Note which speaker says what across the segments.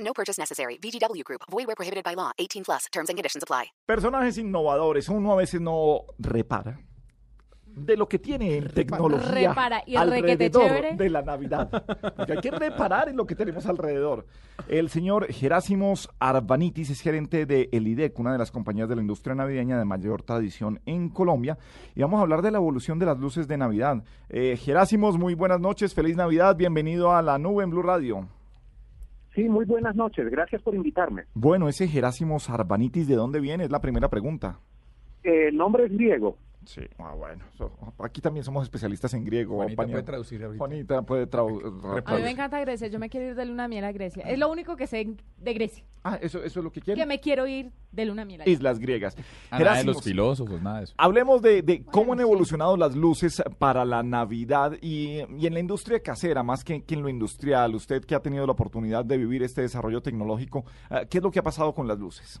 Speaker 1: No purchase necessary. VGW Group. Void where prohibited by law. 18 plus. Terms and conditions apply.
Speaker 2: Personajes innovadores, uno a veces no repara de lo que tiene en tecnología
Speaker 3: Repara, y el requete
Speaker 2: alrededor
Speaker 3: chévere.
Speaker 2: de la Navidad. Porque hay que reparar en lo que tenemos alrededor. El señor Gerásimos Arbanitis es gerente de Elidec, una de las compañías de la industria navideña de mayor tradición en Colombia. Y vamos a hablar de la evolución de las luces de Navidad. Eh, Gerásimos, muy buenas noches, feliz Navidad, bienvenido a la nube en Blue Radio.
Speaker 4: Sí, muy buenas noches. Gracias por invitarme.
Speaker 2: Bueno, ese Gerásimos Arbanitis, ¿de dónde viene? Es la primera pregunta.
Speaker 4: Eh, el nombre es griego.
Speaker 2: Sí, ah, bueno. so- aquí también somos especialistas en griego.
Speaker 5: Juanita
Speaker 2: Pania-
Speaker 5: puede traducir ahorita.
Speaker 2: Juanita puede trau-
Speaker 3: A mí me
Speaker 2: reproducir.
Speaker 3: encanta Grecia, yo me quiero ir de luna de miel a Grecia. Es lo único que sé de Grecia,
Speaker 2: Ah, eso, eso es lo que
Speaker 3: que
Speaker 2: quieren.
Speaker 3: me quiero ir de luna de miel a Grecia.
Speaker 2: Islas griegas.
Speaker 5: Ah, nada de
Speaker 2: Gerásimos,
Speaker 5: los filósofos, nada de eso.
Speaker 2: Hablemos de, de cómo han evolucionado las luces para la Navidad y, y en la industria casera, más que, que en lo industrial. Usted que ha tenido la oportunidad de vivir este desarrollo tecnológico, ah, ¿qué es lo que ha pasado con las luces?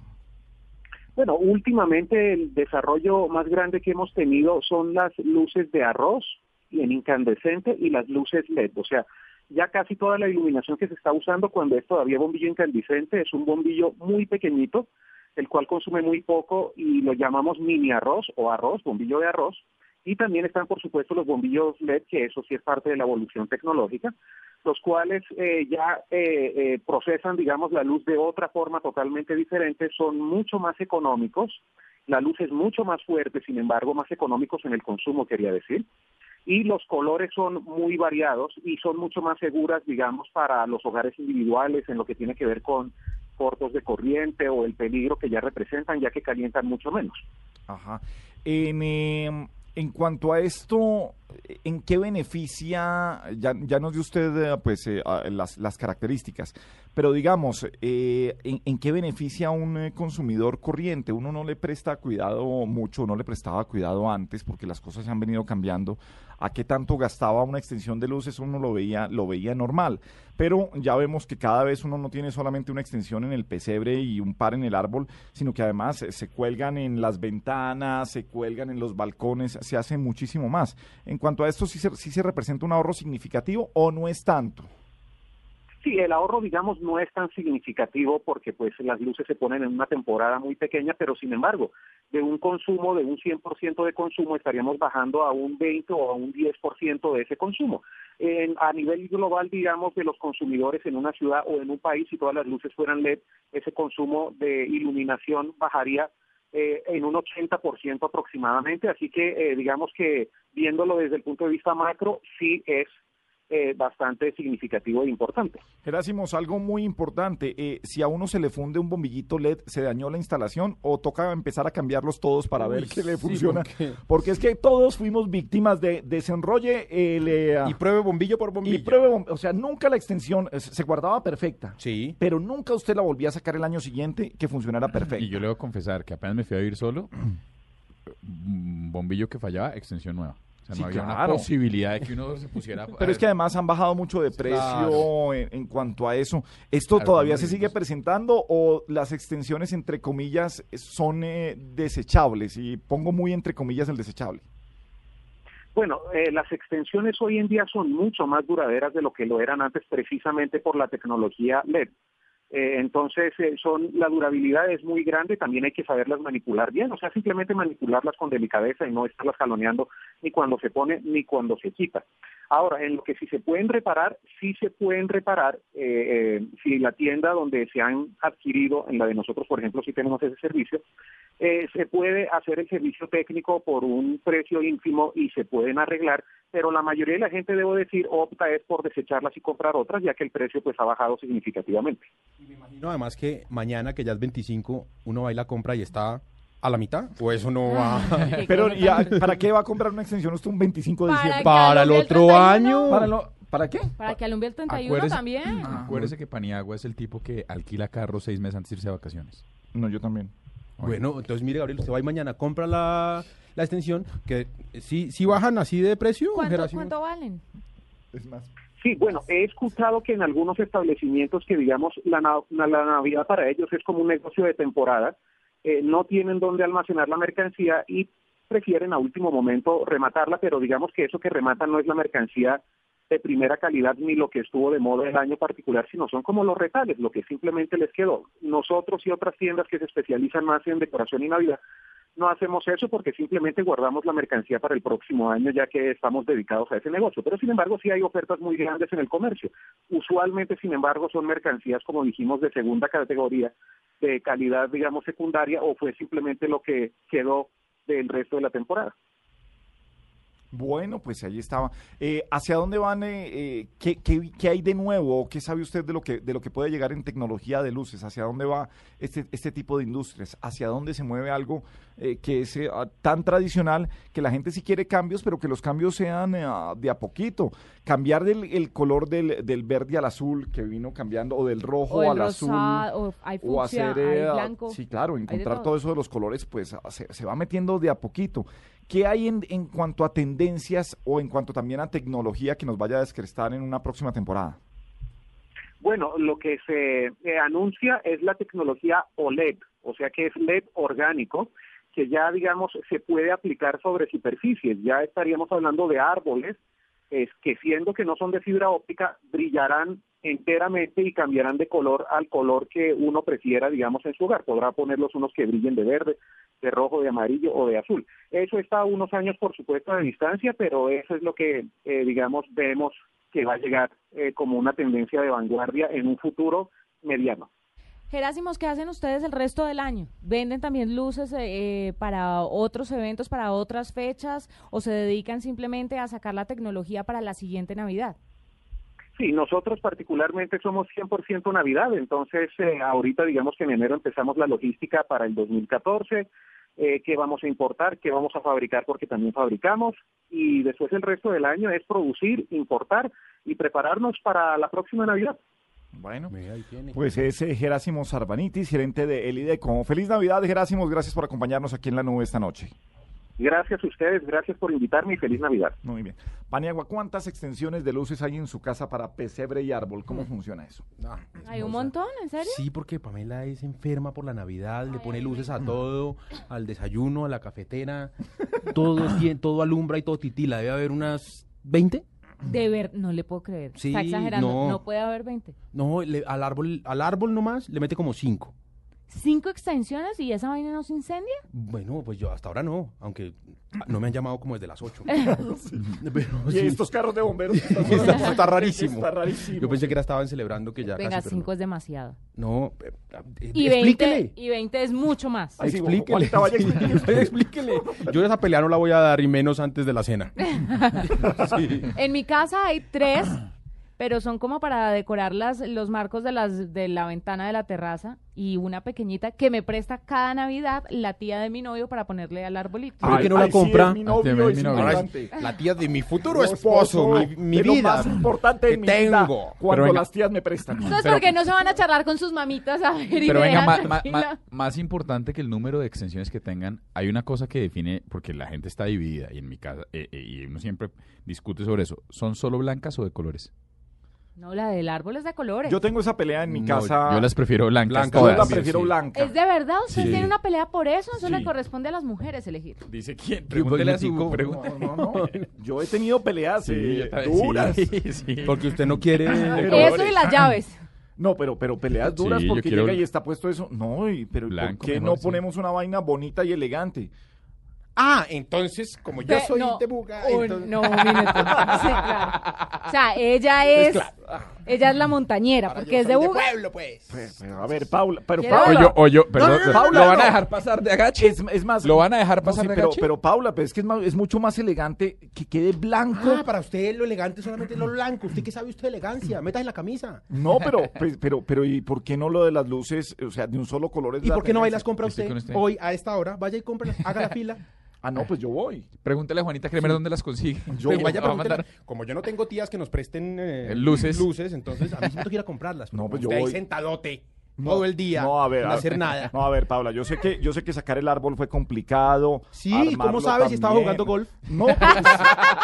Speaker 4: Bueno, últimamente el desarrollo más grande que hemos tenido son las luces de arroz y en incandescente y las luces LED. O sea, ya casi toda la iluminación que se está usando cuando es todavía bombillo incandescente es un bombillo muy pequeñito, el cual consume muy poco y lo llamamos mini arroz o arroz, bombillo de arroz. Y también están, por supuesto, los bombillos LED, que eso sí es parte de la evolución tecnológica, los cuales eh, ya eh, eh, procesan, digamos, la luz de otra forma totalmente diferente, son mucho más económicos, la luz es mucho más fuerte, sin embargo, más económicos en el consumo, quería decir, y los colores son muy variados y son mucho más seguras, digamos, para los hogares individuales en lo que tiene que ver con cortos de corriente o el peligro que ya representan, ya que calientan mucho menos.
Speaker 2: Ajá. En, eh, en cuanto a esto, ¿en qué beneficia? Ya, ya nos dio usted eh, pues, eh, a- las, las características, pero digamos, eh, ¿en, en qué beneficia a un eh, consumidor corriente? Uno no le presta cuidado mucho, no le prestaba cuidado antes porque las cosas se han venido cambiando. ¿A qué tanto gastaba una extensión de luces? Uno lo veía, lo veía normal. Pero ya vemos que cada vez uno no tiene solamente una extensión en el pesebre y un par en el árbol, sino que además eh, se cuelgan en las ventanas, se cuelgan en los balcones, se hace muchísimo más. En cuanto a esto, ¿sí se, sí se representa un ahorro significativo o no es tanto?
Speaker 4: Sí, el ahorro, digamos, no es tan significativo porque pues las luces se ponen en una temporada muy pequeña, pero sin embargo, de un consumo, de un 100% de consumo, estaríamos bajando a un 20 o a un 10% de ese consumo. En- a nivel global, digamos, de los consumidores en una ciudad o en un país, si todas las luces fueran LED, ese consumo de iluminación bajaría eh, en un 80% aproximadamente. Así que, eh, digamos que viéndolo desde el punto de vista macro, sí es eh, bastante significativo e importante.
Speaker 2: Gerásimos, algo muy importante, eh, si a uno se le funde un bombillito LED, ¿se dañó la instalación o toca empezar a cambiarlos todos para ver
Speaker 5: Uy,
Speaker 2: qué le
Speaker 5: sí,
Speaker 2: funciona?
Speaker 5: porque-
Speaker 2: Porque es que todos fuimos víctimas de desenrolle el... eh,
Speaker 5: Y pruebe bombillo por bombillo.
Speaker 2: Y pruebe, bom- o sea, nunca la extensión eh, se se guardaba perfecta.
Speaker 5: Sí.
Speaker 2: Pero nunca usted la volvía a sacar el año siguiente que funcionara perfecta.
Speaker 5: Y yo le voy a confesar que apenas me fui a vivir solo, mm, bombillo que fallaba, extensión nueva. O sea,
Speaker 2: Sí,
Speaker 5: no había una
Speaker 2: claro.
Speaker 5: posibilidad de que uno se pusiera... a-
Speaker 2: Pero es que además han bajado mucho de precio
Speaker 5: Claro.
Speaker 2: en, en cuanto a eso. ¿Esto
Speaker 5: Claro,
Speaker 2: todavía
Speaker 5: no,
Speaker 2: se
Speaker 5: no,
Speaker 2: sigue
Speaker 5: no.
Speaker 2: presentando o las extensiones, entre comillas, eh, son eh, desechables? Y pongo muy entre comillas el desechable.
Speaker 4: Bueno, eh, las extensiones hoy en día son mucho más duraderas de lo que lo eran antes precisamente por la tecnología LED. Eh, entonces, eh, son la durabilidad es muy grande, también hay que saberlas manipular bien, o sea, simplemente manipularlas con delicadeza y no estarlas jaloneando ni cuando se pone ni cuando se quita. Ahora, en lo que si se pueden reparar, sí se pueden reparar, eh, eh, si la tienda donde se han adquirido, en la de nosotros, por ejemplo, si tenemos ese servicio, eh, se puede hacer el servicio técnico por un precio ínfimo y se pueden arreglar, pero la mayoría de la gente, debo decir, opta es por desecharlas y comprar otras, ya que el precio pues ha bajado significativamente.
Speaker 6: No, además que mañana, que ya es 25, uno va y la compra y está a la mitad. O
Speaker 5: pues,
Speaker 2: pues,
Speaker 6: eso no va.
Speaker 3: Qué
Speaker 2: Pero
Speaker 3: cosa
Speaker 2: ¿y a-
Speaker 3: tan-
Speaker 2: ¿para qué va a comprar una extensión usted un 25 de
Speaker 3: Para
Speaker 2: diciembre?
Speaker 3: Para el otro año.
Speaker 2: Para lo- ¿Para qué?
Speaker 3: Para que alumbre el 31
Speaker 5: Acuérdese-
Speaker 3: también.
Speaker 5: Ah, Acuérdese que Paniagua es el tipo que alquila carros seis meses antes de irse de vacaciones.
Speaker 2: No, yo también.
Speaker 6: Bueno, entonces mire, Gabriel, usted va y mañana compra la, la extensión, que si, si bajan así de precio,
Speaker 3: ¿Cuánto,
Speaker 6: Gerasimo?
Speaker 3: ¿Cuánto valen?
Speaker 2: Es más.
Speaker 4: Sí, bueno, he escuchado que en algunos establecimientos que digamos la, nav- la Navidad para ellos es como un negocio de temporada, eh, no tienen dónde almacenar la mercancía y prefieren a último momento rematarla, pero digamos que eso que rematan no es la mercancía de primera calidad ni lo que estuvo de moda el año particular, sino son como los retales, lo que simplemente les quedó. Nosotros y otras tiendas que se especializan más en decoración y Navidad no hacemos eso porque simplemente guardamos la mercancía para el próximo año ya que estamos dedicados a ese negocio. Pero sin embargo sí hay ofertas muy grandes en el comercio. Usualmente, sin embargo, son mercancías, como dijimos, de segunda categoría, de calidad, digamos, secundaria o fue simplemente lo que quedó del resto de la temporada.
Speaker 2: Bueno, pues ahí estaba. Eh, ¿Hacia dónde van? eh, eh, qué, qué- qué hay de nuevo? ¿Qué sabe usted de lo que de lo que puede llegar en tecnología de luces? ¿Hacia dónde va este, este tipo de industrias? ¿Hacia dónde se mueve algo eh, que es eh, ah, tan tradicional que la gente sí quiere cambios, pero que los cambios sean eh, ah, de a poquito? Cambiar del, el color del, del verde al azul que vino cambiando, o del rojo
Speaker 3: el
Speaker 2: al
Speaker 3: rosa-
Speaker 2: azul.
Speaker 3: o hay fucsia,
Speaker 2: eh,
Speaker 3: hay
Speaker 2: ah,
Speaker 3: blanco.
Speaker 2: Sí, claro,
Speaker 3: de
Speaker 2: encontrar
Speaker 3: todo.
Speaker 2: todo eso de los colores, pues ah, se, se va metiendo de a poquito. ¿Qué hay en, en cuanto a tendencias o en cuanto también a tecnología que nos vaya a descrestar en una próxima temporada?
Speaker 4: Bueno, lo que se eh, anuncia es la tecnología OLED, o sea que es LED orgánico, que ya, digamos, se puede aplicar sobre superficies. Ya estaríamos hablando de árboles es que siendo que no son de fibra óptica, brillarán enteramente y cambiarán de color al color que uno prefiera, digamos, en su hogar. Podrá ponerlos unos que brillen de verde, de rojo, de amarillo o de azul. Eso está a unos años, por supuesto, de distancia, pero eso es lo que, eh, digamos, vemos que va a llegar eh, como una tendencia de vanguardia en un futuro mediano.
Speaker 3: Gerásimos, ¿qué hacen ustedes el resto del año? ¿Venden también luces eh, eh, para otros eventos, para otras fechas? ¿O se dedican simplemente a sacar la tecnología para la siguiente Navidad?
Speaker 4: Sí, nosotros particularmente somos 100% Navidad, entonces eh, ahorita digamos que en enero empezamos la logística para el 2014, eh, qué vamos a importar, qué vamos a fabricar porque también fabricamos y después el resto del año es producir, importar y prepararnos para la próxima Navidad.
Speaker 2: Bueno,
Speaker 6: Mira, ahí tiene.
Speaker 2: pues es eh, Gerásimo Sarvanitis, gerente de Elideco. Feliz Navidad, Gerásimo. Gracias por acompañarnos aquí en la nube esta noche.
Speaker 4: Gracias a ustedes, gracias por invitarme y feliz Navidad.
Speaker 2: Muy bien. Paniagua, ¿cuántas extensiones de luces hay en su casa para pesebre y árbol? ¿Cómo funciona eso?
Speaker 6: Ah,
Speaker 3: ¿Hay un
Speaker 6: no, o sea,
Speaker 3: montón? ¿En serio?
Speaker 6: Sí, porque Pamela es enferma por la Navidad, le pone luces a todo, al desayuno, a la cafetera, todo, tien- todo alumbra y todo titila. Debe haber unas 20.
Speaker 3: De ver, no le puedo creer.
Speaker 6: Sí,
Speaker 3: Está exagerando.
Speaker 6: no.
Speaker 3: No. puede haber 20.
Speaker 6: No, le- al árbol, al árbol nomás le mete como 5.
Speaker 3: ¿Cinco extensiones y esa vaina no se incendia?
Speaker 6: Bueno, pues yo hasta ahora no, aunque no me han llamado como desde las 8. Pero
Speaker 2: Y
Speaker 6: sí.
Speaker 2: estos carros de bomberos.
Speaker 6: Está- está rarísimo.
Speaker 2: Está rarísimo.
Speaker 6: Yo pensé que era estaban celebrando que ya
Speaker 3: Venga,
Speaker 6: casi, pero
Speaker 3: cinco es demasiado.
Speaker 6: No, No, eh, eh,
Speaker 3: Y
Speaker 6: explíquele.
Speaker 3: 20, y 20 es mucho más.
Speaker 2: Ay, sí,
Speaker 6: explíquele.
Speaker 2: Juanita, vaya,
Speaker 6: Sí,
Speaker 2: explíquele.
Speaker 6: explíquele. Yo esa pelea no la voy a dar y menos antes de la cena. Sí.
Speaker 3: En mi casa hay tres, pero son como para decorar las, los marcos de, las, de la ventana de la terraza y una pequeñita que me presta cada Navidad la tía de mi novio para ponerle al arbolito.
Speaker 6: ¿Por
Speaker 2: Ay,
Speaker 6: qué no la
Speaker 2: ay, sí,
Speaker 6: compra?
Speaker 2: es mi novio,
Speaker 5: Ay, te-
Speaker 2: es
Speaker 5: mi
Speaker 2: mi
Speaker 5: novio.
Speaker 6: Ahora
Speaker 2: amante.
Speaker 6: es la tía de mi futuro
Speaker 2: Mi
Speaker 6: esposo, mi, mi
Speaker 2: de
Speaker 6: vida.
Speaker 2: Lo más importante de
Speaker 6: que
Speaker 2: mi vida,
Speaker 6: tengo.
Speaker 2: cuando
Speaker 5: venga.
Speaker 2: las tías me prestan.
Speaker 3: Entonces, ¿por qué no se van a charlar con sus mamitas a ver y
Speaker 5: Pero
Speaker 3: me
Speaker 5: venga, ma-
Speaker 3: dejan
Speaker 5: ma- ma-
Speaker 3: tranquila?
Speaker 5: más importante que el número de extensiones que tengan, hay una cosa que define, porque la gente está dividida y en mi casa, eh, eh, y uno siempre discute sobre eso, ¿son solo blancas o de colores?
Speaker 3: No, la del árbol es de colores.
Speaker 2: Yo tengo esa pelea en mi
Speaker 6: No,
Speaker 2: casa.
Speaker 5: Yo las prefiero blancas
Speaker 6: Blancas,
Speaker 2: yo la
Speaker 5: todas.
Speaker 6: sí,
Speaker 2: prefiero
Speaker 6: sí.
Speaker 2: blanca.
Speaker 3: ¿Es de verdad? ¿Usted
Speaker 5: Sí.
Speaker 3: tiene una pelea por eso? Eso
Speaker 5: Sí.
Speaker 3: le corresponde a las mujeres elegir.
Speaker 5: Dice quién,
Speaker 6: Pregúntele a su-
Speaker 2: No, no, no. Yo he tenido peleas eh, duras.
Speaker 6: Porque usted no quiere.
Speaker 3: eso y las llaves.
Speaker 2: No, pero, pero peleas
Speaker 5: Sí,
Speaker 2: duras
Speaker 5: yo
Speaker 2: porque
Speaker 5: quiero-
Speaker 2: llega y está puesto eso. No, y, pero
Speaker 5: Blanco
Speaker 2: ¿por qué
Speaker 5: mejor,
Speaker 2: no
Speaker 5: sí.
Speaker 2: ponemos una vaina bonita y elegante?
Speaker 6: Ah, entonces, como yo
Speaker 3: Pe-
Speaker 6: soy
Speaker 3: no,
Speaker 6: de Buga,
Speaker 3: un-
Speaker 6: entonces-
Speaker 3: no, un minuto. Sí, claro. O sea, ella es, ella es la montañera, porque es de Buga.
Speaker 6: pueblo, pues.
Speaker 2: Pues, pero, a ver, Paula, pero
Speaker 3: Quiero-
Speaker 2: Paula.
Speaker 5: O yo, o yo, perdón,
Speaker 2: no, no, Paula,
Speaker 5: ¿lo van
Speaker 2: no.
Speaker 5: a dejar pasar de agache?
Speaker 2: Es, es más,
Speaker 5: ¿Lo van a dejar
Speaker 2: no,
Speaker 5: pasar
Speaker 2: sí,
Speaker 5: de
Speaker 2: pero,
Speaker 5: agache?
Speaker 2: pero Paula, pero es que es, más- es mucho más elegante que quede blanco.
Speaker 6: Ah, para usted lo elegante solamente es lo blanco. ¿Usted qué sabe usted de elegancia? Metas en la camisa.
Speaker 2: No, pero, pues, pero, pero, ¿y por qué no lo de las luces? O sea, de un solo color es
Speaker 6: ¿Y
Speaker 2: la
Speaker 6: por qué no
Speaker 2: tendencia?
Speaker 6: bailas compra
Speaker 2: este.
Speaker 5: Estoy
Speaker 6: usted
Speaker 5: con usted.
Speaker 6: hoy a esta hora? Vaya y compra, haga la fila.
Speaker 2: Ah, no, pues yo voy.
Speaker 5: Pregúntale a Juanita Kremer dónde las consigue.
Speaker 2: Yo
Speaker 5: Te
Speaker 2: voy.
Speaker 5: va
Speaker 2: Vaya,
Speaker 5: a mandar-
Speaker 6: Como yo no tengo tías que nos presten eh,
Speaker 5: Luces.
Speaker 6: entonces a mí sí me toca ir a comprarlas.
Speaker 2: No, pues
Speaker 6: Usted
Speaker 2: yo
Speaker 6: ahí
Speaker 2: voy.
Speaker 6: sentadote todo el día.
Speaker 2: No, a ver,
Speaker 6: sin
Speaker 2: a ver.
Speaker 6: hacer nada.
Speaker 2: No, a ver, Paula, yo sé que, yo sé que sacar el árbol fue complicado.
Speaker 6: Sí, ¿y cómo
Speaker 2: armarlo
Speaker 6: sabes si estaba
Speaker 2: también.
Speaker 6: jugando golf?
Speaker 2: No, pues,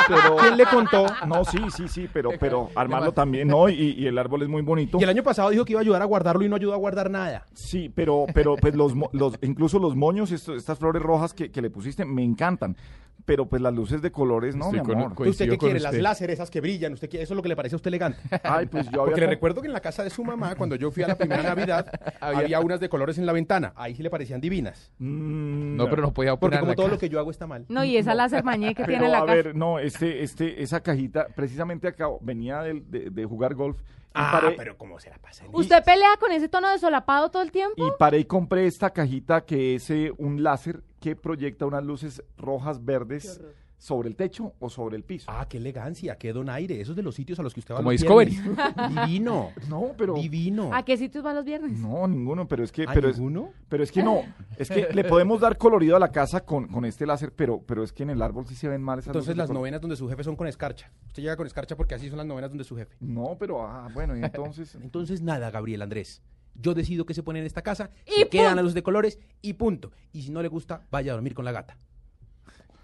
Speaker 2: pero...
Speaker 6: ¿Quién le contó?
Speaker 2: No, sí, sí, sí, pero, pero armarlo también, no, y, y el árbol es muy bonito.
Speaker 6: Y el año pasado dijo que iba a ayudar a guardarlo y no ayudó a guardar nada.
Speaker 2: Sí, pero, pero pues los, mo- los incluso los moños, esto- estas flores rojas que, que le pusiste, me encantan. Pero pues las luces de colores, no,
Speaker 5: Estoy
Speaker 2: mi
Speaker 5: con-
Speaker 2: amor.
Speaker 5: con-
Speaker 7: ¿Usted
Speaker 5: Coincido
Speaker 7: qué quiere?
Speaker 5: usted.
Speaker 7: Las láser esas que brillan. ¿Usted quiere? Eso es lo que le parece a usted elegante.
Speaker 2: Ay, pues yo había
Speaker 7: Porque le
Speaker 2: comp-
Speaker 7: recuerdo que en la casa de su mamá, cuando yo fui a la primera Navidad, había unas de colores en la ventana. Ahí sí le parecían divinas.
Speaker 2: Mm,
Speaker 5: No, pero no podía
Speaker 7: Porque
Speaker 5: opinar. en
Speaker 7: como
Speaker 5: la
Speaker 7: todo lo
Speaker 5: casa.
Speaker 7: que yo hago está mal.
Speaker 3: No, y esa láser mañé que tiene
Speaker 2: Pero
Speaker 3: en la
Speaker 2: a
Speaker 3: casa.
Speaker 2: ver, no, este, este, esa cajita, precisamente acá venía del- de, de jugar golf. Y
Speaker 7: Ah,
Speaker 2: paré,
Speaker 7: pero ¿cómo se la pasa? el
Speaker 3: ¿Usted pelea con ese tono de solapado todo el tiempo?
Speaker 2: y paré y compré esta cajita que es eh, un láser que proyecta unas luces rojas verdes sobre el techo o sobre el piso.
Speaker 7: Ah, qué elegancia, qué donaire. Eso es de los sitios a los que usted va.
Speaker 5: Como
Speaker 7: los
Speaker 5: Discovery.
Speaker 7: viernes. Divino.
Speaker 2: no, pero
Speaker 7: Divino.
Speaker 3: ¿A qué sitios van los viernes?
Speaker 2: no, ninguno, pero es que,
Speaker 7: ¿A
Speaker 2: pero es,
Speaker 7: ninguno?
Speaker 2: Pero es que no, es que le podemos dar colorido a la casa con, con este láser, pero, pero es que en el árbol sí se ven mal esas
Speaker 7: Entonces
Speaker 2: luces
Speaker 7: las
Speaker 2: de color.
Speaker 7: novenas donde su jefe son con escarcha. Usted llega con escarcha porque así son las novenas donde su jefe.
Speaker 2: No, pero ah, bueno, y entonces.
Speaker 7: Entonces nada, Gabriel Andrés. Yo decido qué se pone en esta casa,
Speaker 3: Y
Speaker 7: y quedan
Speaker 3: punto.
Speaker 7: a los de colores y punto. Y si no le gusta, vaya a dormir con la gata.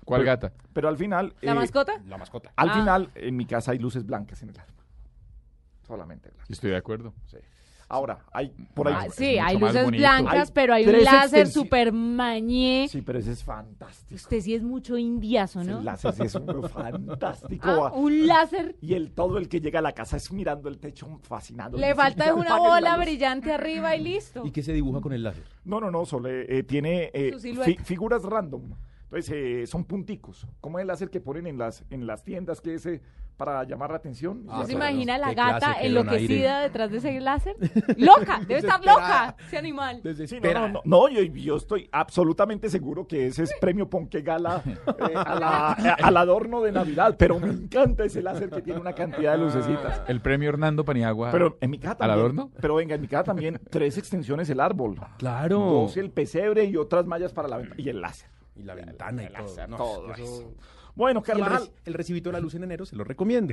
Speaker 5: ¿Cuál gata?
Speaker 2: Pero al final.
Speaker 3: ¿La
Speaker 2: eh,
Speaker 3: mascota?
Speaker 7: La mascota.
Speaker 2: Al
Speaker 3: Ah.
Speaker 2: final, en mi casa hay luces blancas en el árbol. Solamente blancas.
Speaker 5: Estoy de acuerdo.
Speaker 2: Ahora, hay por ahí.
Speaker 3: Ah,
Speaker 5: es
Speaker 3: sí,
Speaker 5: mucho
Speaker 3: hay
Speaker 5: más
Speaker 3: luces
Speaker 5: bonito.
Speaker 3: blancas,
Speaker 2: Hay
Speaker 3: pero hay un
Speaker 2: tres
Speaker 3: láser
Speaker 2: extensi-
Speaker 3: super mañé.
Speaker 2: Sí, pero ese es fantástico.
Speaker 3: Usted sí es mucho indiazo, ¿no?
Speaker 2: El láser sí es un fantástico.
Speaker 3: Ah,
Speaker 2: ah,
Speaker 3: un láser.
Speaker 2: Y el todo el que llega a la casa es mirando el techo fascinado.
Speaker 3: Le
Speaker 2: Dice,
Speaker 3: falta
Speaker 2: "Ya
Speaker 3: es una
Speaker 2: apaguen la
Speaker 3: bola
Speaker 2: luz".
Speaker 3: brillante arriba y listo.
Speaker 6: ¿Y qué se dibuja con el láser?
Speaker 2: No, no, no, Sole, eh, tiene eh,
Speaker 3: Su
Speaker 2: fi-
Speaker 3: silueta.
Speaker 2: figuras random. Entonces, eh, son punticos. Como el láser que ponen en las, en las tiendas que es eh, para llamar la atención.
Speaker 3: ¿No se
Speaker 6: Ah, claro.
Speaker 3: imagina la
Speaker 6: Qué clase,
Speaker 3: gata
Speaker 6: qué
Speaker 3: enloquecida detrás de ese láser? ¡Loca! Debe estar loca ese animal.
Speaker 2: Sí, no, no, no, no, yo, yo estoy absolutamente seguro que ese es premio Ponque Gala eh, a la- a- al adorno de Navidad, pero me encanta ese láser que tiene una cantidad de lucecitas.
Speaker 5: El premio Hernando Paniagua.
Speaker 2: Pero en mi casa
Speaker 5: Ah. ¿Al
Speaker 2: también.
Speaker 5: adorno?
Speaker 2: Pero venga, en mi casa también tres extensiones el árbol.
Speaker 6: Claro.
Speaker 2: Dos el pesebre y otras mallas para la ventana. Y el láser.
Speaker 7: Y la ventana y todo. No,
Speaker 2: todo
Speaker 7: eso-
Speaker 2: eso. Bueno,
Speaker 7: Y el,
Speaker 2: Carvajal,
Speaker 7: reci- el recibito de la luz en enero se lo recomiendo.